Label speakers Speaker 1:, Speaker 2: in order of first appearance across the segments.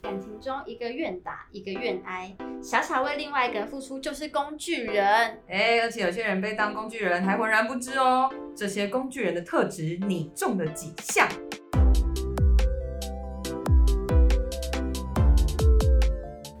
Speaker 1: 感情中，一个愿打，一个愿挨，傻傻为另外一个人付出就是工具人。
Speaker 2: 哎，而且有些人被当工具人还浑然不知哦。这些工具人的特质，你中了几项？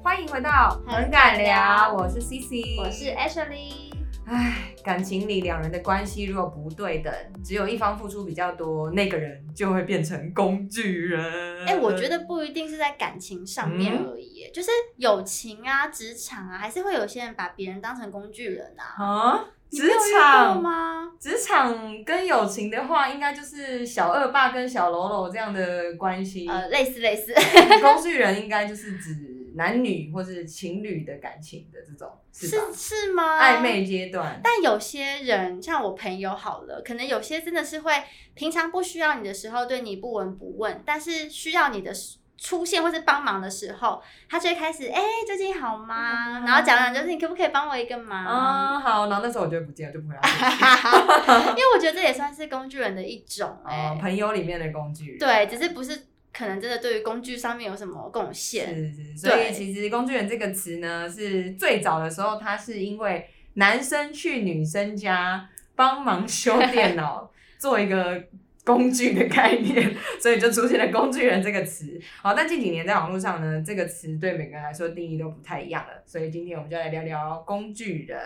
Speaker 2: 欢迎回到
Speaker 1: 很
Speaker 2: 很
Speaker 1: 敢
Speaker 2: 敢
Speaker 1: 聊
Speaker 2: 聊，我是 CC，
Speaker 1: 我是 Ashley，
Speaker 2: 唉，感情里两人的关系如果不对等，只有一方付出比较多，那个人就会变成工具人。
Speaker 1: 哎、我觉得不一定是在感情上面
Speaker 2: 嗯
Speaker 1: 而已耶，就是友情啊、职场啊，还是会有些人把别人当成工具人啊。
Speaker 2: 啊，
Speaker 1: 你
Speaker 2: 职
Speaker 1: 没有遇过
Speaker 2: 场
Speaker 1: 吗？
Speaker 2: 职场跟友情的话，应该就是小恶霸跟小喽啰这样的关系。
Speaker 1: 呃，类似类似，
Speaker 2: 工具人应该就是指男女或是情侣的感情的这种，是吧
Speaker 1: 是？是吗？
Speaker 2: 暧昧阶段，
Speaker 1: 但有些人，像我朋友好了，可能有些真的是会平常不需要你的时候对你不闻不问，但是需要你的时出现或是帮忙的时候，他就会开始哎、最近好吗？
Speaker 2: 嗯
Speaker 1: 然后讲讲就是你可不可以帮我一个忙？
Speaker 2: 啊、好，然后那时候我就不见了，就 不回来哦了。
Speaker 1: 因为我觉得这也算是工具人的一种哎、
Speaker 2: 哦，朋友里面的工具人。
Speaker 1: 对，只是不是可能真的对于工具上面有什么贡献？
Speaker 2: 是是，所
Speaker 1: 对
Speaker 2: 以其实“工具人”这个词呢，是最早的时候，它是因为男生去女生家帮忙修电脑，做一个工具的概念， 所以就出现了“工具人”这个词。好，但近几年在网络上呢，这个词对每个人来说定义都不太一样了，所以今天我们就来聊聊工具人。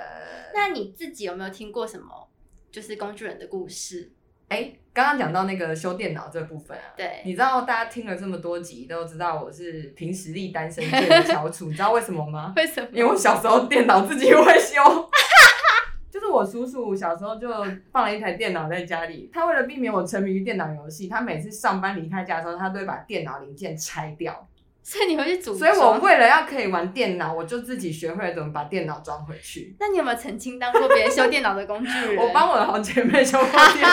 Speaker 1: 那你自己有没有听过什么就是工具人的故事？
Speaker 2: 哎、刚刚讲到那个修电脑这部分啊。
Speaker 1: 对，
Speaker 2: 你知道大家听了这么多集都知道我是凭实力单身界的翘楚，你知道为什么吗？
Speaker 1: 为什么？
Speaker 2: 因为我小时候电脑自己会修。 就是我叔叔小时候就放了一台电脑在家里，他为了避免我沉迷于电脑游戏，他每次上班离开家的时候，他都会把电脑零件拆掉。
Speaker 1: 所以你会去组
Speaker 2: 所以我
Speaker 1: 装
Speaker 2: 为了要可以玩电脑，我就自己学会了怎么把电脑装回去。
Speaker 1: 那你有没有曾经当过别人修电脑的工具人？
Speaker 2: 我帮我的好姐妹修过电脑，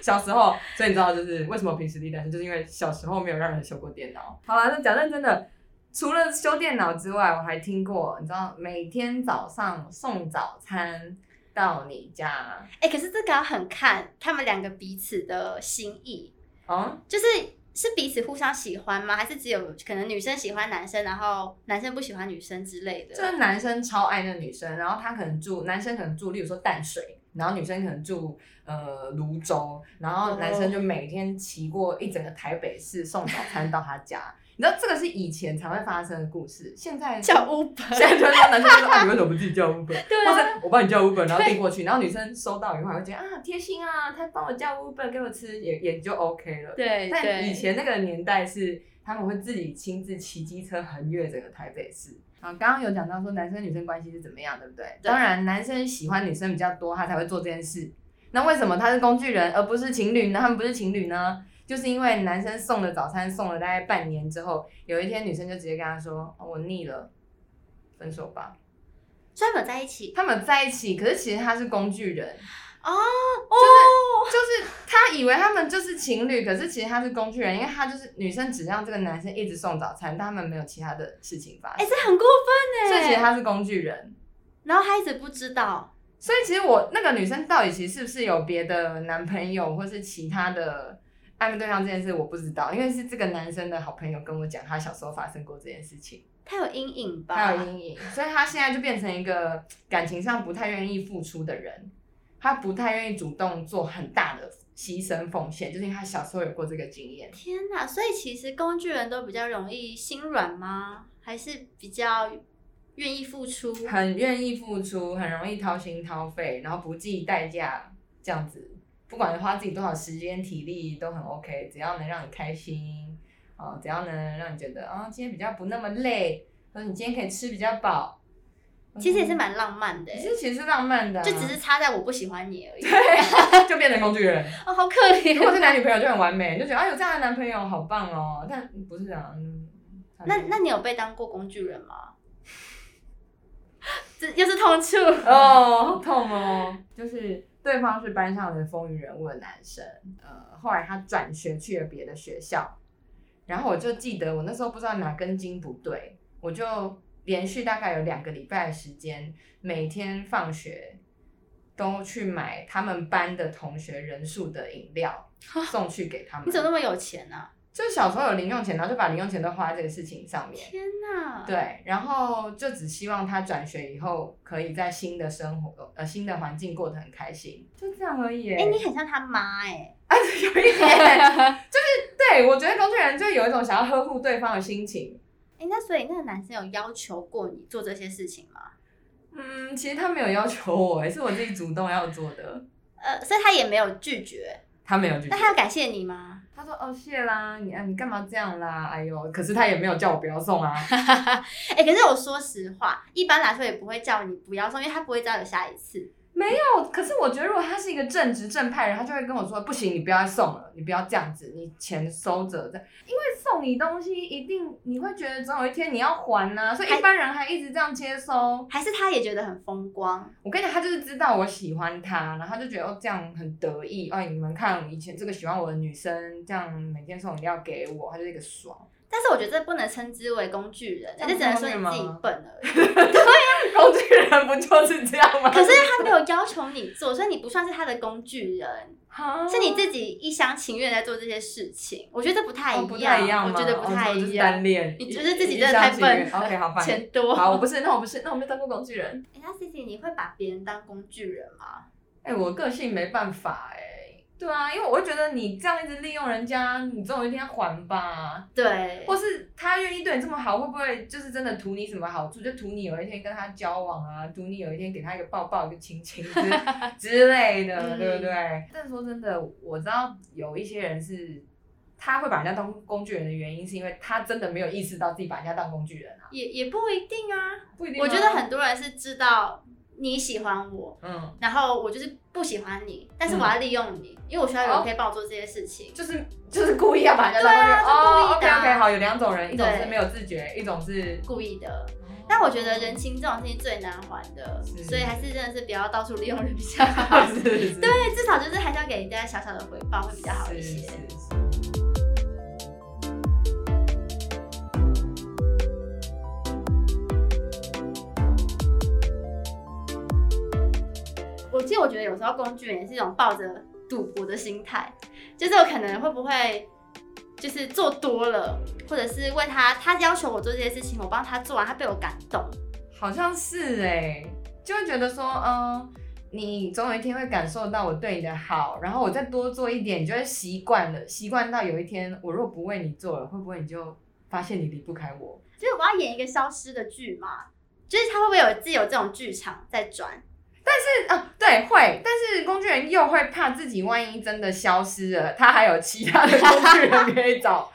Speaker 2: 小时候，所以你知道就是为什么凭实力单身，就是因为小时候没有让人修过电脑。好啊了，那讲认真的，除了修电脑之外，我还听过，你知道每天早上送早餐到你家，
Speaker 1: 哎、可是这个要很看他们两个彼此的心意，
Speaker 2: 哦，
Speaker 1: 就是是彼此互相喜欢吗？还是只有可能女生喜欢男生，然后男生不喜欢女生之类的？
Speaker 2: 就是男生超爱那女生，然后他可能住，男生可能住，例如说淡水。然后女生可能住呃泸州，然后男生就
Speaker 1: 哦
Speaker 2: 每天骑过一整个台北市送早餐到他家， 你知道这个是以前才会发生的故事，现在
Speaker 1: 叫 Uber，
Speaker 2: 现 在就让男生说啊，你为什么不自己叫 Uber？
Speaker 1: 对
Speaker 2: 或
Speaker 1: 啊
Speaker 2: 者我帮你叫 Uber，然后订过去，然后女生收到以后还会觉得啊贴心啊，他帮我叫 Uber 给我吃，也也就 OK 了。
Speaker 1: 对
Speaker 2: 但
Speaker 1: 对，
Speaker 2: 以前那个年代是他们会自己亲自骑机车横越整个台北市。啊，刚刚有讲到说男生女生关系是怎么样，对不对？
Speaker 1: 对
Speaker 2: 当然，男生喜欢女生比较多，他才会做这件事。那为什么他是工具人而不是情侣呢？他们不是情侣呢？就是因为男生送了早餐，送了大概半年之后，有一天女生就直接跟他说：“哦、我腻了，分手吧。”
Speaker 1: 专门在一起
Speaker 2: 他们在一起，可是其实他是工具人，
Speaker 1: 哦
Speaker 2: 就是他以为他们就是情侣，可是其实他是工具人，因为他就是女生只让这个男生一直送早餐，但他们没有其他的事情发
Speaker 1: 哎、
Speaker 2: 生，
Speaker 1: 这很过分
Speaker 2: 所
Speaker 1: 哎、
Speaker 2: 以其实他是工具人。
Speaker 1: 然后他一直不知道，
Speaker 2: 所以其实我那个女生到底其实是不是有别的男朋友或是其他的暧昧对象这件事，我不知道，因为是这个男生的好朋友跟我讲，他小时候发生过这件事情。
Speaker 1: 他有阴影吧？
Speaker 2: 他有阴影，所以他现在就变成一个感情上不太愿意付出的人，他不太愿意主动做很大的牺牲奉献，就是因为他小时候有过这个经验。
Speaker 1: 天哪！所以其实工具人都比较容易心软吗？还是比较愿意付出？
Speaker 2: 很愿意付出，很容易掏心掏肺，然后不计代价，这样子，不管花自己多少时间体力都很 OK，只要能让你开心，哦，只要能让你觉得啊、今天比较不那么累，或者你今天可以吃比较饱，嗯
Speaker 1: 其实也是蛮浪漫的、
Speaker 2: 其
Speaker 1: 欸，
Speaker 2: 实其实是浪漫的啊、
Speaker 1: 就只是差在我不喜欢你而已。
Speaker 2: 对，就变成工 具人。
Speaker 1: 哦，好可
Speaker 2: 如果
Speaker 1: 怜。
Speaker 2: 是男女朋友就很完美，你就觉得啊有这样的男朋友好棒哦。但不是啊，嗯
Speaker 1: 那那你有被当过工具人吗？这又是痛 处。
Speaker 2: 哦好痛哦，就是对方是班上的风云人物的男生，呃，后来他转学去了别的学校，然后我就记得我那时候不知道哪根筋不对，我就连续大概有两个礼拜的时间，每天放学都去买他们班的同学人数的饮料送去给他们。
Speaker 1: 你怎么那么有钱呢、啊？
Speaker 2: 就小时候有零用钱，然后就把零用钱都花在这个事情上面。
Speaker 1: 天哪！，
Speaker 2: 对，然后就只希望他转学以后可以在新的生活呃新的环境过得很开心，就这样而已耶。
Speaker 1: 哎、你很像他妈哎、
Speaker 2: 啊，有一点， 对我觉得工具人就有一种想要呵护对方的心情。
Speaker 1: 哎、那所以那个男生有要求过你做这些事情吗？
Speaker 2: 嗯，其实他没有要求我，哎是我自己主动要做的，
Speaker 1: 呃，所以他也没有拒绝，
Speaker 2: 他没有拒绝
Speaker 1: 那。他有感谢你吗？
Speaker 2: 他说：“哦，谢啦，你啊，你干嘛这样啦？哎呦，可是他也没有叫我不要送啊。
Speaker 1: 哎、可是我说实话，一般来说也不会叫你不要送，因为他不会知道有下一次。
Speaker 2: 哦，可是我觉得如果他是一个正直正派人，他就会跟我说：不行，你不要再送了，你不要这样子，你钱收着的，因为送你东西一定你会觉得总有一天你要还呐、所以一般人还一直这样接收。
Speaker 1: 还是他也觉得很风光，
Speaker 2: 我跟你讲，他就是知道我喜欢他，然后他就觉得哦这样很得意，哎，你们看以前这个喜欢我的女生，这样每天送饮料给我，他就是一个爽。
Speaker 1: 但是我觉得这不能称之为工具人，
Speaker 2: 这
Speaker 1: 这
Speaker 2: 样
Speaker 1: 只能说
Speaker 2: 不
Speaker 1: 你
Speaker 2: 方
Speaker 1: 自己
Speaker 2: 便吗
Speaker 1: 笨而已。
Speaker 2: 工具人不就是这样 吗？
Speaker 1: 可是他没有要求你做，所以你不算是他的工具人，
Speaker 2: 哈
Speaker 1: 是你自己一厢情愿在做这些事情。我觉得不太一
Speaker 2: 哦不太一样
Speaker 1: 我
Speaker 2: 吗？
Speaker 1: 觉得不太
Speaker 2: 哦就是
Speaker 1: 一
Speaker 2: 单
Speaker 1: 样。
Speaker 2: 恋，
Speaker 1: 你就是自己真的太笨
Speaker 2: 一厢情 愿 OK，好吧。
Speaker 1: 钱多。
Speaker 2: 好，我不是，那我不是，那我没有当过工具人。
Speaker 1: 哎那 C C，你会把别人当工具人吗？
Speaker 2: 哎、我个性没办法哎、对啊，因为我会觉得你这样一直利用人家，你总有一天要还吧。
Speaker 1: 对，
Speaker 2: 或是他愿意对你这么好，会不会就是真的图你什么好处？就图你有一天跟他交往啊，图你有一天给他一个抱抱、一个亲亲 之之类的，
Speaker 1: 嗯
Speaker 2: 对不对？但说真的，我知道有一些人是他会把人家当工具人的原因，是因为他真的没有意识到自己把人家当工具人啊，
Speaker 1: 也也不一定啊。
Speaker 2: 不一定吗。哦
Speaker 1: 我觉得很多人是知道你喜欢我，
Speaker 2: 嗯，
Speaker 1: 然后我就是不喜欢你，但是我要利用你，因为我需要有人可以帮我做这些事情。
Speaker 2: 就是就是故意要把人家当工具
Speaker 1: 对啊
Speaker 2: 人。哦
Speaker 1: 是故意的啊
Speaker 2: OK OK，好，有两种人，一种是
Speaker 1: 对
Speaker 2: 没有自觉，一种是。
Speaker 1: 故意的，但我觉得人情这种事情最难还的，
Speaker 2: 是
Speaker 1: 所以还是真的是不要到处利用人比较好。
Speaker 2: 是对
Speaker 1: 对，至少就是还是要给人家小小的回报会比较好一些。
Speaker 2: 是是
Speaker 1: 我记得我觉得有时候工具人也是一种抱着赌博的心态，就是我可能会不会就是做多了，或者是为他他要求我做这些事情，我帮他做完，他被我感动。
Speaker 2: 好像是哎、就会觉得说，嗯，你总有一天会感受到我对你的好，然后我再多做一点，你就会习惯了，习惯到有一天我若不为你做了，会不会你就发现你离不开我？
Speaker 1: 就是我要演一个消失的剧嘛，就是他会不会有自己有这种剧场在转？
Speaker 2: 但啊，对，会，但是工具人又会怕自己万一真的消失了，他还有其他的工具人可以找，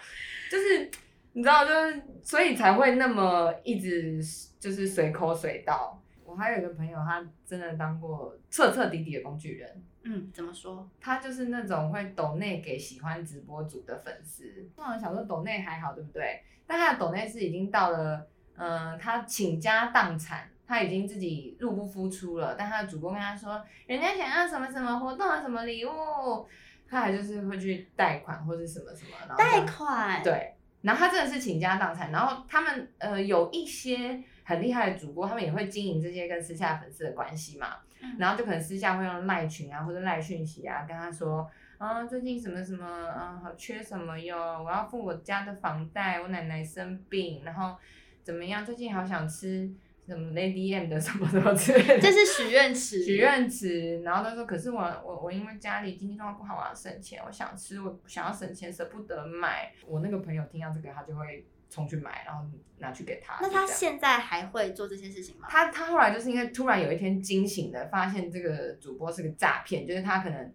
Speaker 2: 就是你知道，就是所以才会那么一直就是随口随到。我还有一个朋友，他真的当过彻彻底底的工具人。
Speaker 1: 嗯，怎么 说？
Speaker 2: 他就是那种会抖内给喜欢直播主的粉丝。通常想说抖内还好，对不对？但他的抖内是已经到了，嗯、他倾家荡产，他已经自己入不敷出了。但他的主播跟他说，人家想要什么什么活动啊，什么礼物，他还就是会去贷款或是什么什么，然后
Speaker 1: 贷
Speaker 2: 让
Speaker 1: 款，，
Speaker 2: 对，然后他真的是倾家荡产，然后他们呃有一些很厉害的主播，他们也会经营这些跟私下粉丝的关系嘛，
Speaker 1: 嗯
Speaker 2: 然后就可能私下会用赖群啊或者赖讯息啊跟他说。啊，最近什么什么，嗯，好缺什么哟？我要付我家的房贷，我奶奶生病，然后怎么样？最近好想吃什么 Lady M 的什么什么之类的，
Speaker 1: 这是许愿池，
Speaker 2: 许愿池，然后他说，可是我我我因为家里经济状况不好，我要省钱，我想吃，我想要省钱，舍不得买。我那个朋友听到这个，他就会冲去买，然后拿去给他。
Speaker 1: 那
Speaker 2: 就这
Speaker 1: 他
Speaker 2: 样
Speaker 1: 现在还会做这些事情吗？
Speaker 2: 他他后来就是因为突然有一天惊醒的，发现这个主播是个诈骗，就是他可能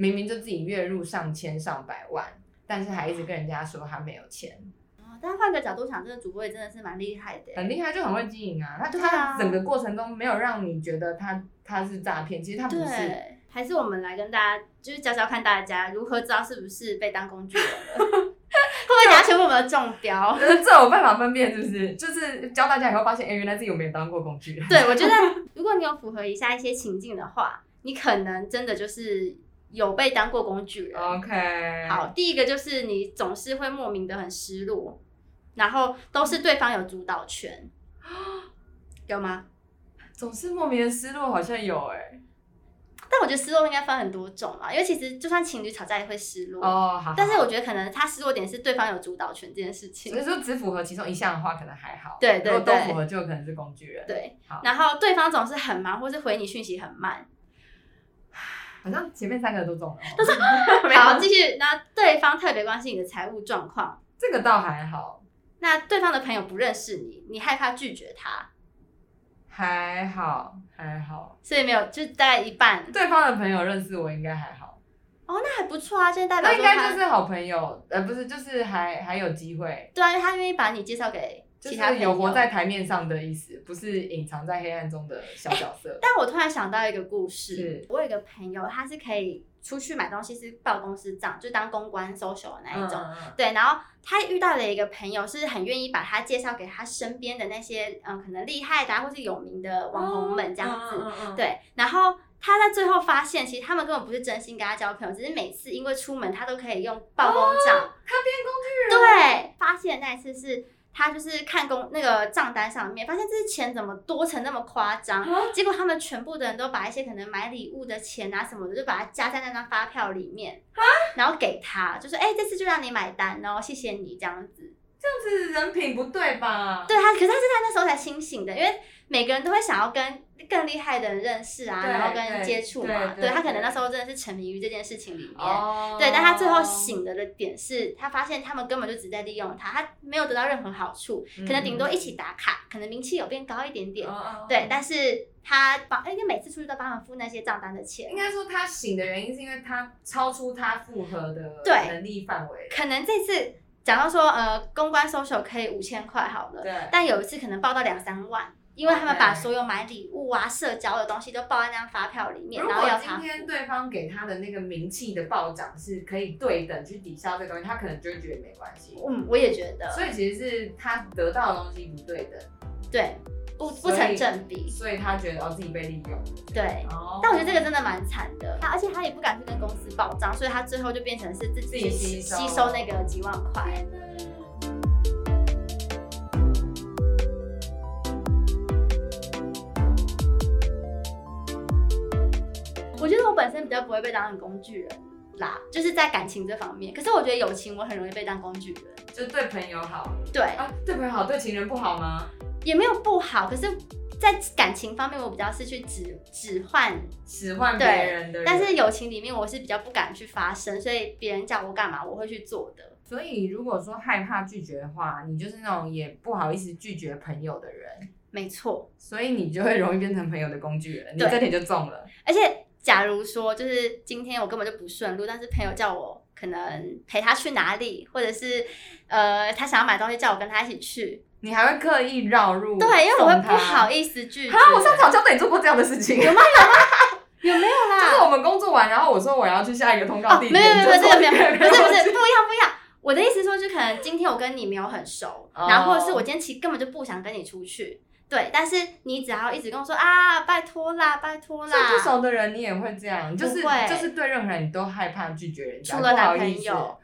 Speaker 2: 明明就自己月入上千上百万，但是还一直跟人家说他没有钱，
Speaker 1: 哦，但换个角度想，这个主播也真的是蛮厉害的耶。
Speaker 2: 很厉害，就很会经营啊。他
Speaker 1: 对啊
Speaker 2: 他整个过程中没有让你觉得他他是诈骗，其实他不是。
Speaker 1: 对，还是我们来跟大家，就是教教看大家如何知道是不是被当工具人了， 会不会等下全部我们的中标？
Speaker 2: 就是这有办法分辨是不是？就是教大家以后发现，哎、原来自己有没有当过工具人？
Speaker 1: 对，我觉得如果你有符合以下一些情境的话，你可能真的就是有被当过工具人。
Speaker 2: ，OK，
Speaker 1: 好，，第一个就是你总是会莫名的很失落，然后都是对方有主导 权，有吗？
Speaker 2: 总是莫名的失落，好像有哎、
Speaker 1: 但我觉得失落应该分很多种啊啦，因为其实就算情侣吵架也会失落，
Speaker 2: 哦，好，
Speaker 1: 但是
Speaker 2: 好
Speaker 1: 我觉得可能他失落点是对方有主导权这件事情
Speaker 2: 所。以说只符合其中一项的话，可能还好。
Speaker 1: 对对
Speaker 2: 如果都
Speaker 1: 对
Speaker 2: 符合，就可能是工具人。
Speaker 1: 对
Speaker 2: 好，
Speaker 1: 然后对方总是很忙，或是回你讯息很 慢。
Speaker 2: 好像前面三个都中了哦，但是
Speaker 1: 好，继续。那对方特别关心你的财务状况，
Speaker 2: 这个倒还好，
Speaker 1: 那对方的朋友不认识你，你害怕拒绝他，
Speaker 2: 还好，还好。
Speaker 1: 所以没有，就大概一半。
Speaker 2: 对方的朋友认识我应该还好，
Speaker 1: 哦，那还不错啊，就是代表
Speaker 2: 那应
Speaker 1: 说
Speaker 2: 该
Speaker 1: 他
Speaker 2: 就是好朋友，呃，不是，就是还还有机会，
Speaker 1: 对啊，因为他愿意把你介绍给
Speaker 2: 就
Speaker 1: 其他
Speaker 2: 是
Speaker 1: 朋友。
Speaker 2: 有活在台面上的意思，不是隐藏在黑暗中的小角色。
Speaker 1: 但我突然想到一个故事
Speaker 2: 是，
Speaker 1: 我有一个朋友，他是可以出去买东西是报公司账，就当公关 social 的那一种。
Speaker 2: 嗯嗯嗯
Speaker 1: 对，然后他遇到了一个朋友，是很愿意把他介绍给他身边的那些嗯，可能厉害的、啊、或是有名的网红们这样子。
Speaker 2: 嗯嗯嗯嗯
Speaker 1: 对，然后他在最后发现，其实他们根本不是真心跟他交朋友，只是每次因为出门他都可以用曝光账。
Speaker 2: 他变工
Speaker 1: 对，发现那一次是他就是看公那个账单上面，发现这些钱怎么多成那么夸张。
Speaker 2: 具人，
Speaker 1: 结果他们全部的人都把一些可能买礼物的钱啊什么的，就把它加在那张发票里面，
Speaker 2: 啊
Speaker 1: 然后给他，就说：“哎、这次就让你买单哦，谢谢你这样子。”
Speaker 2: 这样子人品不对吧？
Speaker 1: 对他，可是他是他那时候才清醒的，因为每个人都会想要跟更厉害的人认识啊，
Speaker 2: 对
Speaker 1: 然后跟人
Speaker 2: 对
Speaker 1: 接触嘛。
Speaker 2: 对对
Speaker 1: 他可能
Speaker 2: 对
Speaker 1: 那时候真的是沉迷于这件事情里面。
Speaker 2: 哦
Speaker 1: 对，但他最后醒了的点是，他发现他们根本就只在利用他，他没有得到任何好处，
Speaker 2: 嗯
Speaker 1: 可能顶多一起打卡，可能名气有变高一点点，
Speaker 2: 哦哦哦
Speaker 1: 对，但是他帮，因为每次出去都帮他们付那些账单的钱
Speaker 2: 应，该说他醒的原因是因为他超出他负荷的
Speaker 1: 对
Speaker 2: 能力范围。
Speaker 1: 可能这次讲到说，呃，公关 social 可以五千块好了，
Speaker 2: 对，
Speaker 1: 但有一次可能报到两三万。因为他们
Speaker 2: OK
Speaker 1: 把所有买礼物啊、社交的东西都报在那张发票里面，
Speaker 2: 如
Speaker 1: 然后
Speaker 2: 果
Speaker 1: 要
Speaker 2: 今
Speaker 1: 他付。
Speaker 2: 天对方给他的那个名气的暴涨是可以对等去抵消这个东西，他可能就会觉得没关系。
Speaker 1: 嗯，我也觉得，
Speaker 2: 所以其实是他得到的东西不对等，
Speaker 1: 对，不不
Speaker 2: 所以
Speaker 1: 成正比，
Speaker 2: 所以他觉得哦自己被利用。
Speaker 1: 对。
Speaker 2: 哦
Speaker 1: 但我觉得这个真的蛮惨的，他而且他也不敢去跟公司报账，所以他最后就变成是自
Speaker 2: 自
Speaker 1: 己去
Speaker 2: 己吸
Speaker 1: 吸
Speaker 2: 收
Speaker 1: 吸收那个几万块。
Speaker 2: 嗯
Speaker 1: 我觉得我本身比较不会被当成工具人啦，就是在感情这方面。可是我觉得友情我很容易被当工具人，
Speaker 2: 就对朋友好
Speaker 1: 对，
Speaker 2: 啊，对朋友好，对情人不好吗？
Speaker 1: 也没有不好，可是。在感情方面，我比较是去指指唤，
Speaker 2: 使唤别人的人，
Speaker 1: 但是友情里面我是比较不敢去发声，所以别人叫我干嘛，我会去做的。
Speaker 2: 所以如果说害怕拒绝的话，你就是那种也不好意思拒绝朋友的人。
Speaker 1: 没错，
Speaker 2: 所以你就会容易变成朋友的工具人，你
Speaker 1: 对
Speaker 2: 这点就中了。
Speaker 1: 而且，假如说就是今天我根本就不顺路，但是朋友叫我可能陪他去哪里，或者是呃他想要买东西叫我跟他一起去，
Speaker 2: 你还会刻意绕路，
Speaker 1: 对，因为我会
Speaker 2: 送
Speaker 1: 不
Speaker 2: 他
Speaker 1: 好。意思拒绝。
Speaker 2: 哈，啊我上次好像对你做过这样的事情，有吗？
Speaker 1: 有没有
Speaker 2: 就是
Speaker 1: 啦？
Speaker 2: 我们工作完，然后我说我要去下一个通告
Speaker 1: 哦，
Speaker 2: 地
Speaker 1: 没
Speaker 2: 点，
Speaker 1: 有没有没有
Speaker 2: 就
Speaker 1: 这
Speaker 2: 说
Speaker 1: 个没有，
Speaker 2: 你
Speaker 1: 不是不是
Speaker 2: 去
Speaker 1: 不一样不一样。我的意思说，就可能今天我跟你没有很熟，
Speaker 2: 哦
Speaker 1: 然后或者是我今天其实根本就不想跟你出去，对。但是你只要一直跟我说啊，拜托啦，拜托
Speaker 2: 所以不
Speaker 1: 啦，
Speaker 2: 熟的人你也会这样，就是
Speaker 1: 不会
Speaker 2: 就是对任何人你都害怕拒绝人家，
Speaker 1: 除了男
Speaker 2: 不好意
Speaker 1: 朋
Speaker 2: 思
Speaker 1: 友，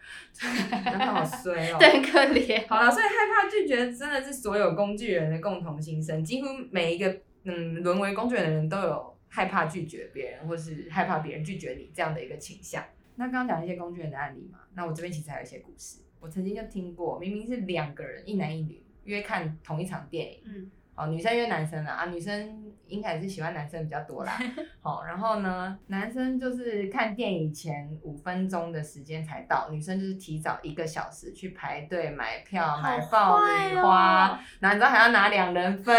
Speaker 2: 男朋友好衰哦。
Speaker 1: 对，，很可怜。
Speaker 2: 好了，所以害怕拒绝真的是所有工具人的共同心声，几乎每一个嗯沦为工具人的人都有害怕拒绝别人，或是害怕别人拒绝你这样的一个倾向。那刚刚讲一些工具人的案例嘛，那我这边其实还有一些故事，我曾经就听过，明明是两个人，一男一女约看同一场电影，
Speaker 1: 嗯，
Speaker 2: 哦，女生约男生啦，啊，女生应该也是喜欢男生比较多 啦。好、然后呢，男生就是看电影前五分钟的时间才到，女生就是提早一个小时去排队买票、买爆米 花，
Speaker 1: 好坏哦
Speaker 2: 然后你知道还要拿两人份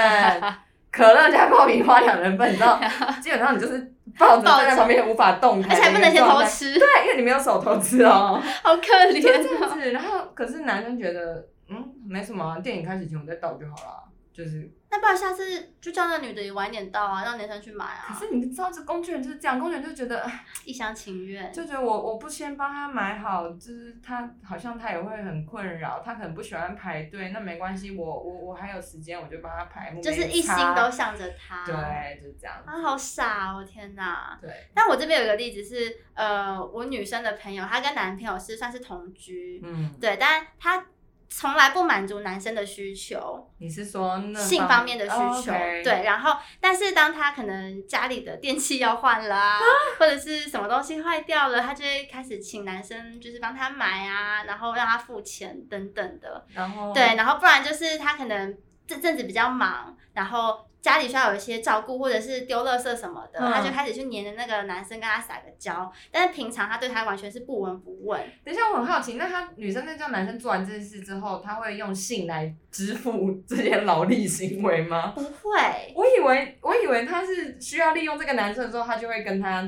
Speaker 2: 可乐加爆米花两人份，你知 道，基本上你就是抱着站在旁边无法动弹
Speaker 1: 而且还
Speaker 2: 的
Speaker 1: 不
Speaker 2: 一
Speaker 1: 能
Speaker 2: 个
Speaker 1: 先
Speaker 2: 状态，
Speaker 1: 偷 吃，
Speaker 2: 对，因为你没有手偷吃哦。
Speaker 1: 好可
Speaker 2: 就
Speaker 1: 怜
Speaker 2: 这
Speaker 1: 哦。
Speaker 2: 样子，然后可是男生觉得，嗯，没什么、啊，电影开始前我再到就好了，啊就是。
Speaker 1: 那不然下次就叫那女的也晚一点到啊，让男生去买
Speaker 2: 可
Speaker 1: 啊，
Speaker 2: 是你知道，这工具人就是这样，工具人就觉得，哎
Speaker 1: 一厢情愿。
Speaker 2: 就觉得我我不先帮他买好，就是他好像他也会很困扰，他可能不喜欢排队，那没关系，我我我还有时间，我就帮他排，
Speaker 1: 就是一心都想着他。
Speaker 2: 我没差对，就是这样，
Speaker 1: 啊，好傻哦！天哪！
Speaker 2: 对，
Speaker 1: 但我这边有一个例子是，呃，我女生的朋友，她跟男朋友是算是同居，
Speaker 2: 嗯，
Speaker 1: 对，但她从来不满足男生的需求，
Speaker 2: 你是说那
Speaker 1: 性方面的需求，
Speaker 2: 哦，OK
Speaker 1: 对。然后，但是当他可能家里的电器要换啦、 或者是什么东西坏掉了，他就会开始请男生就是帮他买啊，然后让他付钱等等的。
Speaker 2: 然后
Speaker 1: 对，，然后不然就是他可能这阵子比较忙，然后家里需要有一些照顾，或者是丢垃圾什么的，
Speaker 2: 嗯
Speaker 1: 他就开始去黏着那个男生，跟他撒个娇。但是平常他对他完全是不闻不问，
Speaker 2: 等一下我很好奇，那他女生在叫男生做完这件事之后，他会用性来支付这些劳力行为吗？
Speaker 1: 不会。
Speaker 2: 我以为我以为他是需要利用这个男生的时候，他就会跟他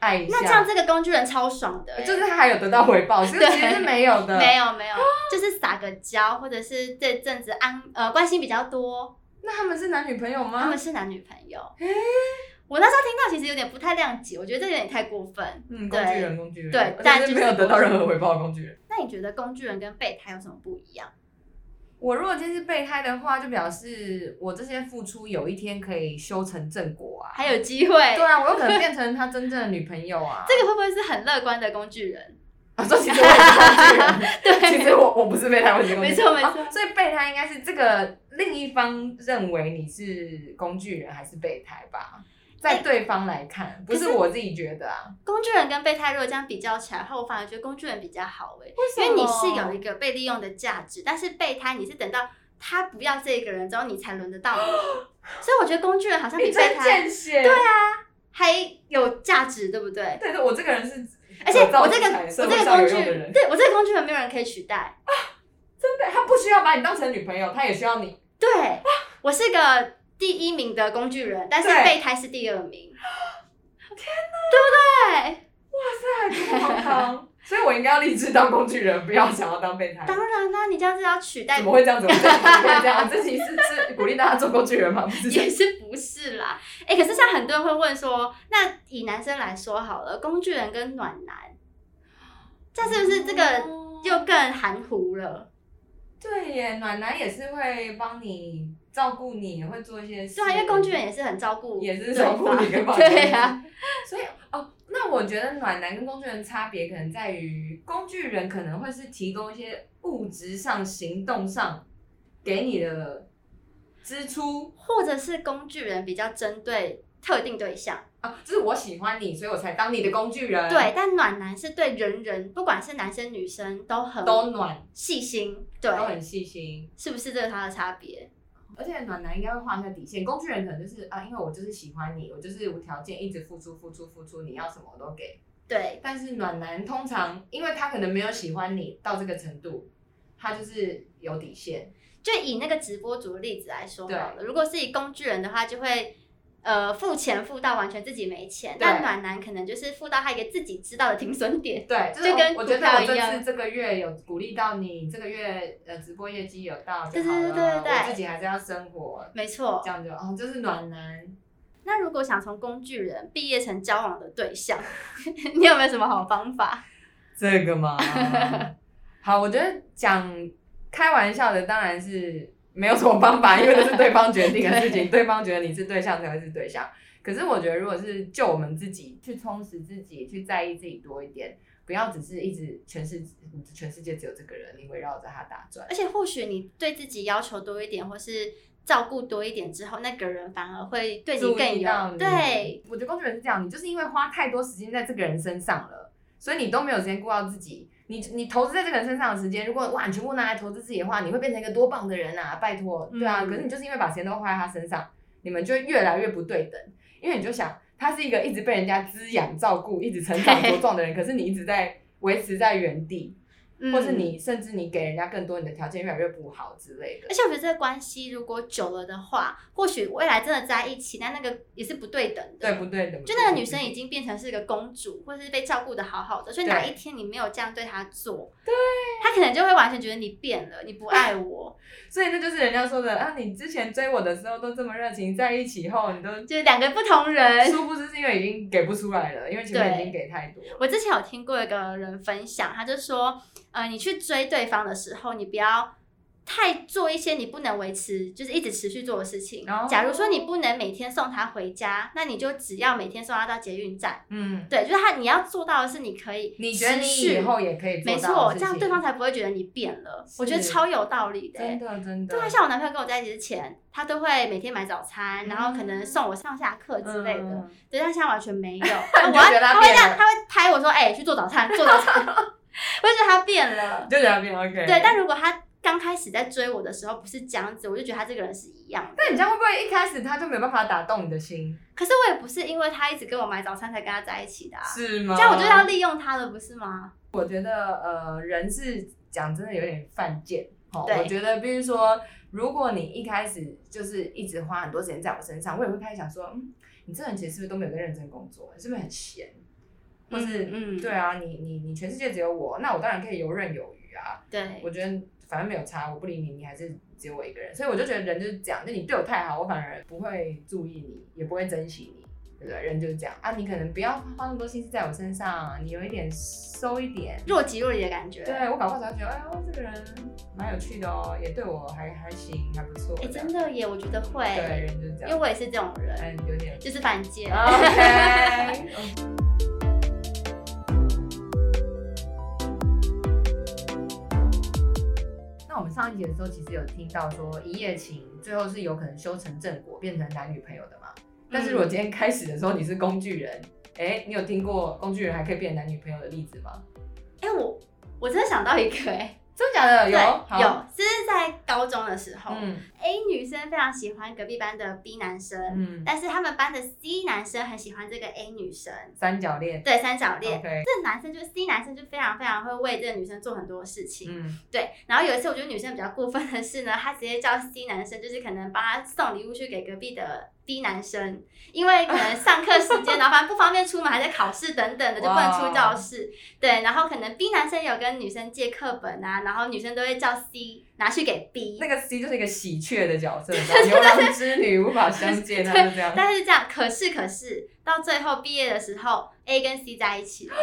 Speaker 2: 爱一下，
Speaker 1: 那这样这个工具人超爽的欸、
Speaker 2: 就是他还有得到回报，所以
Speaker 1: 对
Speaker 2: 其实是没有的。
Speaker 1: 没有没有，就是撒个娇，或者是这阵子安呃关心比较多，
Speaker 2: 那他们是男女朋友吗？
Speaker 1: 他们是男女朋
Speaker 2: 啊
Speaker 1: 友。我那时候听到其实有点不太谅解，我觉得这有点太过分。
Speaker 2: 嗯，
Speaker 1: 对
Speaker 2: 工具人，工具人，
Speaker 1: 对
Speaker 2: 而且
Speaker 1: 但就是是
Speaker 2: 没有得到任何回报的工具人。
Speaker 1: 那你觉得工具人跟备胎有什么不一样？
Speaker 2: 我如果今天是备胎的话，就表示我这些付出有一天可以修成正果啊。
Speaker 1: 还有机会？
Speaker 2: 对啊，我有可能变成他真正的女朋友啊。
Speaker 1: 这个会不会是很乐观的工具人？
Speaker 2: 啊，这其实我也是工具 人。其
Speaker 1: 对，
Speaker 2: 实我我不是备胎，我只是工具人
Speaker 1: 没错没错
Speaker 2: 哦所以备胎应该是这个另一方认为你是工具人还是备胎吧，在
Speaker 1: 哎
Speaker 2: 对方来看，不
Speaker 1: 可
Speaker 2: 是
Speaker 1: 是
Speaker 2: 我自己觉得啊。
Speaker 1: 工具人跟备胎如果这样比较起来的话，我反而觉得工具人比较好哎、
Speaker 2: 为
Speaker 1: 因为你是有一个被利用的价值，但是备胎你是等到他不要这个人之后，你才轮得到 你，所以我觉得工具人好像比
Speaker 2: 你
Speaker 1: 备
Speaker 2: 真
Speaker 1: 胎
Speaker 2: 见血。对啊，
Speaker 1: 还有价值，对不对？
Speaker 2: 对对，我这个人是，
Speaker 1: 而且我这个
Speaker 2: 我
Speaker 1: 我这个工具
Speaker 2: 人，，
Speaker 1: 对我这个工具人没有人可以取代，
Speaker 2: 真的，他不需要把你当成女朋友，他也需要你。
Speaker 1: 对我是个第一名的工具人，但是
Speaker 2: 对
Speaker 1: 备胎是第二名。天哪，对不对？
Speaker 2: 所以我应该要立志当工具人，不要想要当备胎。
Speaker 1: 当然啦、你这样子要取代
Speaker 2: 怎么会这样？怎么会这样？怎么会这样？这集是是鼓励大家做工具人吗？不是这样
Speaker 1: 也是不是啦？哎、可是像很多人会问说，那以男生来说好了，工具人跟暖男，这是不是这个又更含糊了？
Speaker 2: 哦对耶，暖男也是会帮你照顾你，也会做一些事。
Speaker 1: 对啊，因为工具人也是很照顾对
Speaker 2: 也
Speaker 1: 方，
Speaker 2: 是照顾你跟帮你
Speaker 1: 对啊，
Speaker 2: 所以哦，那我觉得暖男跟工具人差别可能在于，工具人可能会是提供一些物质上、行动上给你的支出
Speaker 1: 或者是工具人比较针对特定对象，
Speaker 2: 啊，就是我喜欢你，所以我才当你的工具人。
Speaker 1: 对，但暖男是对人人，不管是男生女生都很
Speaker 2: 都暖，
Speaker 1: 细心，
Speaker 2: 都
Speaker 1: 对，
Speaker 2: 很细心。
Speaker 1: 是不是这是他的差别？
Speaker 2: 而且暖男应该会画一下底线，工具人可能就是啊，因为我就是喜欢你，我就是无条件一直付出、付出、付出，你要什么我都给。
Speaker 1: 对，
Speaker 2: 但是暖男通常，因为他可能没有喜欢你到这个程度，他就是有底线。
Speaker 1: 就以那个直播主的例子来说好了，如果是以工具人的话，就会呃付钱付到完全自己没钱，
Speaker 2: 对
Speaker 1: 但暖男可能就是付到他一个自己知道的停损点。
Speaker 2: 对，就是
Speaker 1: 就跟
Speaker 2: 我我
Speaker 1: 股
Speaker 2: 觉得
Speaker 1: 票
Speaker 2: 我这
Speaker 1: 一样
Speaker 2: 次这个月有鼓励到你，这个月呃直播业绩有到
Speaker 1: 对
Speaker 2: 就好
Speaker 1: 对
Speaker 2: 了，
Speaker 1: 对对对
Speaker 2: 我自己还是要生活，
Speaker 1: 没错
Speaker 2: 这，样就哦，就是暖男。
Speaker 1: 那如果想从工具人毕业成交往的对象， 你有没有什么好方法？
Speaker 2: 这个嘛，好，我觉得讲开玩笑的当然是没有什么方法，因为这是对方决定的事情，对方觉得你是对象才会是对象。可是我觉得，如果是就我们自己去充实自己，去在意自己多一点，不要只是一直全世全世界只有这个人，你围绕着他打转。
Speaker 1: 而且或许你对自己要求多一点，或是照顾多一点之后，那个人反而会对你
Speaker 2: 注
Speaker 1: 更
Speaker 2: 意到
Speaker 1: 有
Speaker 2: 你。
Speaker 1: 对，，
Speaker 2: 我觉得工具人是这样，你就是因为花太多时间在这个人身上了，所以你都没有时间顾到自己。你你投资在这个人身上的时间，如果哇你全部拿来投资自己的话，你会变成一个多棒的人啊！拜托，对啊。
Speaker 1: 嗯
Speaker 2: 可是你就是因为把时间都花在他身上，你们就会越来越不对等，因为你就想他是一个一直被人家滋养、照顾、一直成长茁壮的人，可是你一直在维持在原地，
Speaker 1: 嗯
Speaker 2: 或是。你甚至你给人家更多，你的条件越来越不好之类的
Speaker 1: 而。且我觉得这个关系如果久了的话，或许未来真的在一起，但那个也是不对等的。
Speaker 2: 对不对等？
Speaker 1: 就那个女
Speaker 2: 不对
Speaker 1: 生
Speaker 2: 等
Speaker 1: 已经变成是一个公主，或者是被照顾的好好的，所以
Speaker 2: 对
Speaker 1: 哪一天你没有这样对她做，对，她可能就会完全觉得你变了，你
Speaker 2: 啊
Speaker 1: 不爱我，
Speaker 2: 所以那就是人家说的啊，你之前追我的时候都这么热情，在一起后你都
Speaker 1: 就是两个不同 人。
Speaker 2: 殊不知是因为已经给不出来了，因为前面已经给太多了。
Speaker 1: 我之前有听过一个人分享，他就说，呃，你去追对方的时候，你不要太做一些你不能维持，就是一直持续做的事情。
Speaker 2: 哦
Speaker 1: 假如说你不能每天送他回家，那你就只要每天送他到捷运站。
Speaker 2: 嗯，
Speaker 1: 对，就是他你要做到的是，你可以
Speaker 2: 你觉得你
Speaker 1: 持续
Speaker 2: 以后也可以做
Speaker 1: 没
Speaker 2: 到
Speaker 1: 错，
Speaker 2: 的事
Speaker 1: 这
Speaker 2: 情
Speaker 1: 样对方才不会觉得你变了。我觉得
Speaker 2: 是
Speaker 1: 超有道理的欸、
Speaker 2: 真的真的，
Speaker 1: 对啊，像我男朋友跟我在一起之前，他都会每天买早餐，然后可能送我上下课之类的。
Speaker 2: 嗯
Speaker 1: 对，但现在完全 没有。
Speaker 2: 你
Speaker 1: 我
Speaker 2: 就觉
Speaker 1: 要
Speaker 2: 得
Speaker 1: 他
Speaker 2: 他
Speaker 1: 会
Speaker 2: 变
Speaker 1: 这样，
Speaker 2: 了，
Speaker 1: 他会拍我说：“哎、去做早餐，做早餐。” 我就觉得他变了
Speaker 2: 你。嗯就觉得他变 OK。
Speaker 1: 对，但如果他刚开始在追我的时候不是这样子，我就觉得他这个人是一样的。
Speaker 2: 那你这样会不会一开始他就没有办法打动你的心？
Speaker 1: 可是我也不是因为他一直跟我买早餐才跟他在一起的、啊，
Speaker 2: 是吗
Speaker 1: 这样我就要利用他了，不是吗？
Speaker 2: 我觉得呃，人是讲真的有点犯贱。哦，
Speaker 1: 对
Speaker 2: 我觉得，比如说，如果你一开始就是一直花很多时间在我身上，我也会开始想说，嗯，你这个人其实是不是都没有在认真工作，是不是很闲？或是，
Speaker 1: 嗯嗯
Speaker 2: 对啊，你你你全世界只有我，那我当然可以游刃有余啊。
Speaker 1: 对，
Speaker 2: 我觉得反正没有差，我不理你，你还是只有我一个人，所以我就觉得人就是这样，就你对我太好，我反而不会注意你，也不会珍惜你，对不对？人就是这样啊，你可能不要花那么多心思在我身上，啊你有一点收一点。
Speaker 1: 若即若离的感觉。
Speaker 2: 对我搞不好才会觉得，哎呦，这个人蛮有趣的哦，也对我还还行，还不错。
Speaker 1: 哎、
Speaker 2: 这样
Speaker 1: 真的耶，我觉得会，
Speaker 2: 对，人就是这
Speaker 1: 因为
Speaker 2: 样，啊
Speaker 1: 我也是这种人，
Speaker 2: 嗯，有点。
Speaker 1: 就是犯贱。
Speaker 2: OK，那我们上一节的时候，其实有听到说一夜情最后是有可能修成正果，变成男女朋友的嘛？
Speaker 1: 嗯
Speaker 2: 但是如果今天开始的时候你是工具人，哎、你有听过工具人还可以变成男女朋友的例子吗？
Speaker 1: 哎、我我真的想到一个哎、
Speaker 2: 真的假的？
Speaker 1: 对，
Speaker 2: 有好
Speaker 1: 有，这是在高中的时候、
Speaker 2: 嗯
Speaker 1: a 女生非常喜欢隔壁班的 B 男生，
Speaker 2: 嗯，
Speaker 1: 但是他们班的 C 男生很喜欢这个 A 女生，
Speaker 2: 三角恋
Speaker 1: 对三角恋。
Speaker 2: ，OK，
Speaker 1: 这男生就是 C 男生，就非常非常会为这个女生做很多事情。
Speaker 2: 嗯
Speaker 1: 对，然后有一次我觉得女生比较过分的是呢，她直接叫 C 男生，就是可能帮他送礼物去给隔壁的 B 男生，因为可能上课时间，然后反正不方便出门，还在考试等等的，就不能出教
Speaker 2: 哦
Speaker 1: 室。对，然后可能 B 男生有跟女生借课本啊，然后女生都会叫 C 拿去给 B，
Speaker 2: 那个 C 就是一个喜鹊的 角色，你知道吗牛郎织女无法相见，那就这样。
Speaker 1: 但是这样，可是可是到最后毕业的时候，A 跟 C 在一起了。
Speaker 2: 哦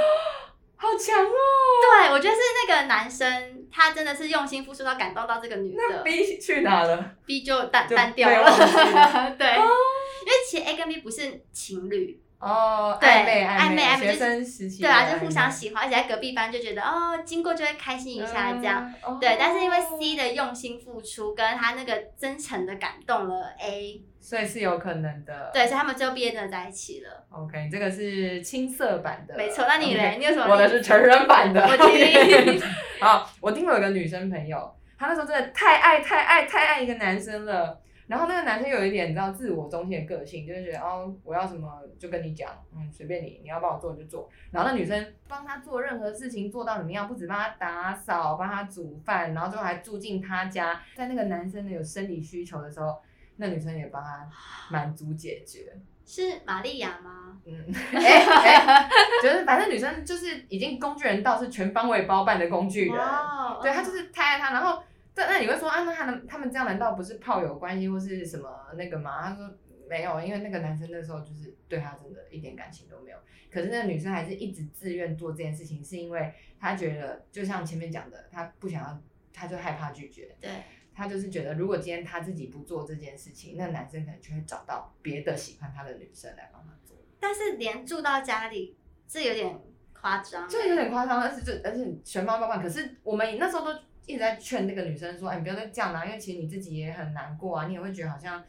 Speaker 2: 好强哦！
Speaker 1: 对，我觉得是那个男生他真的是用心付出到感动到这个女
Speaker 2: 那
Speaker 1: 的
Speaker 2: B 去哪了？
Speaker 1: ，B 就淡
Speaker 2: 就
Speaker 1: 淡掉
Speaker 2: 被
Speaker 1: 了
Speaker 2: 忘记了。
Speaker 1: 对，
Speaker 2: 哦
Speaker 1: 因为其实 A 跟 B 不是情侣，
Speaker 2: 哦，
Speaker 1: 对
Speaker 2: 暧昧
Speaker 1: 暧
Speaker 2: 昧
Speaker 1: 昧暧昧就
Speaker 2: 学
Speaker 1: 是
Speaker 2: 生时期的
Speaker 1: 对
Speaker 2: 暧昧，
Speaker 1: 啊，就互相喜欢，而且在隔壁班就觉得哦，经过就会开心一下这样。
Speaker 2: 嗯。哦
Speaker 1: 对，但是因为 C，的用心付出跟他那个真诚的感动了 A，
Speaker 2: 所以是有可能的。
Speaker 1: 对，所以他们最后毕业真的在一起了。
Speaker 2: ，OK，这个是青涩版的，
Speaker 1: 没错，那你嘞？
Speaker 2: OK，
Speaker 1: 你有什么？
Speaker 2: 我的是成人版的。
Speaker 1: 我听
Speaker 2: 好，我听过有个女生朋友，她那时候真的太爱太爱太爱一个男生了。然后那个男生有一点你知道自我中心的个性，就是觉得哦，我要什么就跟你讲，嗯，随便你，你要帮我做你就做。然后那女生帮他做任何事情，做到怎么样，不止帮他打扫，帮他煮饭，然后最后还住进他家。在那个男生的有生理需求的时候，那女生也帮他满足解决。
Speaker 1: 是玛利亚吗？
Speaker 2: 嗯，哎哎，就是反正女生就是已经工具人到是全方位包办的工具人。
Speaker 1: 哇哦
Speaker 2: 对他就是太爱他，然后但那你会说啊，那他们他们这样难道不是炮友关系或是什么那个吗？他说没有，因为那个男生那时候就是对他真的一点感情都没有。可是那个女生还是一直自愿做这件事情，是因为她觉得就像前面讲的，她不想要，她就害怕拒绝，
Speaker 1: 嗯对，
Speaker 2: 她就是觉得如果今天她自己不做这件事情，那男生可能就会找到别的喜欢他的女生来帮他做。
Speaker 1: 但是连住到家里，这有点夸张。
Speaker 2: 就有点夸张，但是就而且全方包办。可是我们那时候都一直在劝那个女生说：“哎，你不要再这样啦、因为其实你自己也很难过啊，你也会觉得好像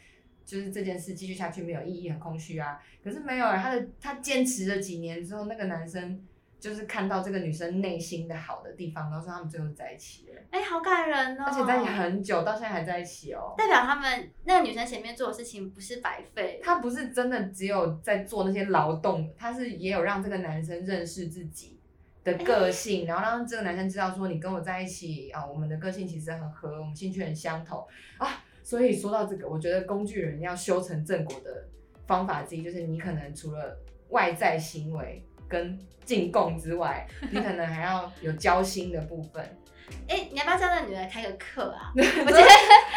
Speaker 2: 就是这件事继续下去没有意义，很空虚啊。”可是没有、欸，她的她坚持了几年之后，那个男生就是看到这个女生内心的好的地方，然后说他们最后在一起了，
Speaker 1: 哎、好感人哦！
Speaker 2: 而且在一起很久，到现在还在一起哦。
Speaker 1: 代表他们那个女生前面做的事情不是白 费。
Speaker 2: 她不是真的只有在做那些劳动，她是也有让这个男生认识自己的
Speaker 1: 哎
Speaker 2: 个性，然后让这个男生知道说你跟我在一起啊，我们的个性其实很合，我们兴趣很相投啊。所以说到这个，我觉得工具人要修成正果的方法之一，就是你可能除了外在行为跟进贡之外，你可能还要有交心的部分。
Speaker 1: 哎、你要不要叫那女的开个课 啊？
Speaker 2: 我觉得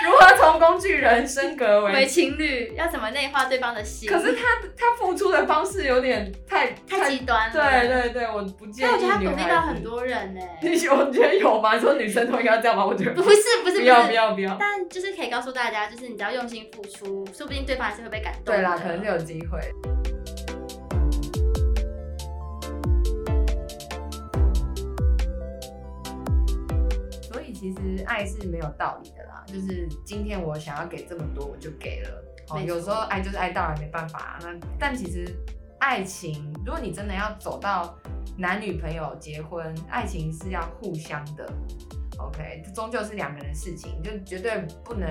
Speaker 2: 如何从工具人升格
Speaker 1: 为
Speaker 2: 为？
Speaker 1: 情侣要怎么内化对方的心？
Speaker 2: 可是他他付出的方式有点太
Speaker 1: 太极端了。
Speaker 2: 对对对，我不建
Speaker 1: 但
Speaker 2: 议
Speaker 1: 我觉
Speaker 2: 女
Speaker 1: 得他
Speaker 2: 孩子。
Speaker 1: 鼓励到很多人呢、
Speaker 2: 你我觉得有吗？你说女生都应该这样吗？我觉得
Speaker 1: 不是不是
Speaker 2: 不
Speaker 1: 不
Speaker 2: 要不
Speaker 1: 是，
Speaker 2: 要不要。
Speaker 1: 但就是可以告诉大家，就是你只要用心付出，说不定对方还是会被感动的。
Speaker 2: 对啦，可能是有机会。所以其实爱是没有道理的啦，就是今天我想要给这么多，我就给了。哦，
Speaker 1: 没错
Speaker 2: 有时候爱就是爱到了，没办法、啊。那但其实爱情，如果你真的要走到男女朋友结婚，爱情是要互相的。OK，这终究是两个人的事情，就绝对不能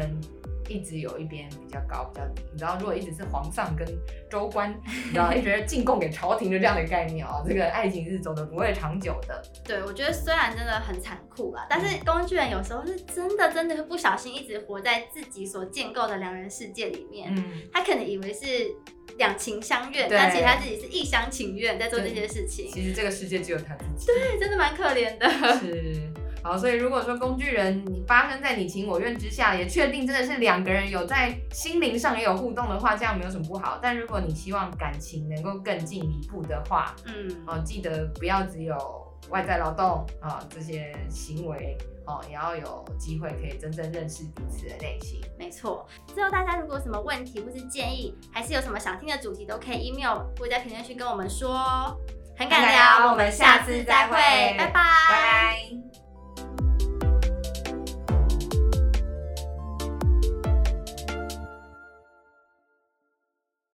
Speaker 2: 一直有一边比较高比较低。你知道，如果一直是皇上跟州官，你知道一直进贡给朝廷的这样的概念哦，这个爱情是走的不会长久的。
Speaker 1: 对，我觉得虽然真的很残酷啦，但是工具人有时候是真的真的会不小心一直活在自己所建构的两人世界里面，
Speaker 2: 嗯，
Speaker 1: 他可能以为是两情相悦，
Speaker 2: 对
Speaker 1: 但其实他自己是一厢情愿在做这些事情，
Speaker 2: 其实这个世界只有他自己。
Speaker 1: 对，真的蛮可怜的。
Speaker 2: 是。好，所以如果说工具人你发生在你情我愿之下，也确定真的是两个人有在心灵上也有互动的话，这样没有什么不好。但如果你希望感情能够更进一步的话，
Speaker 1: 嗯，
Speaker 2: 哦，记得不要只有外在劳动啊、这些行为哦，也要有机会可以真正认识彼此的内心。
Speaker 1: 没错。之后大家如果有什么问题或是建议，还是有什么想听的主题，都可以 email 或者在评论区跟我们说哦。很敢
Speaker 2: 很敢聊
Speaker 1: 聊，我们下次再会，
Speaker 2: 拜
Speaker 1: 拜
Speaker 2: 拜拜。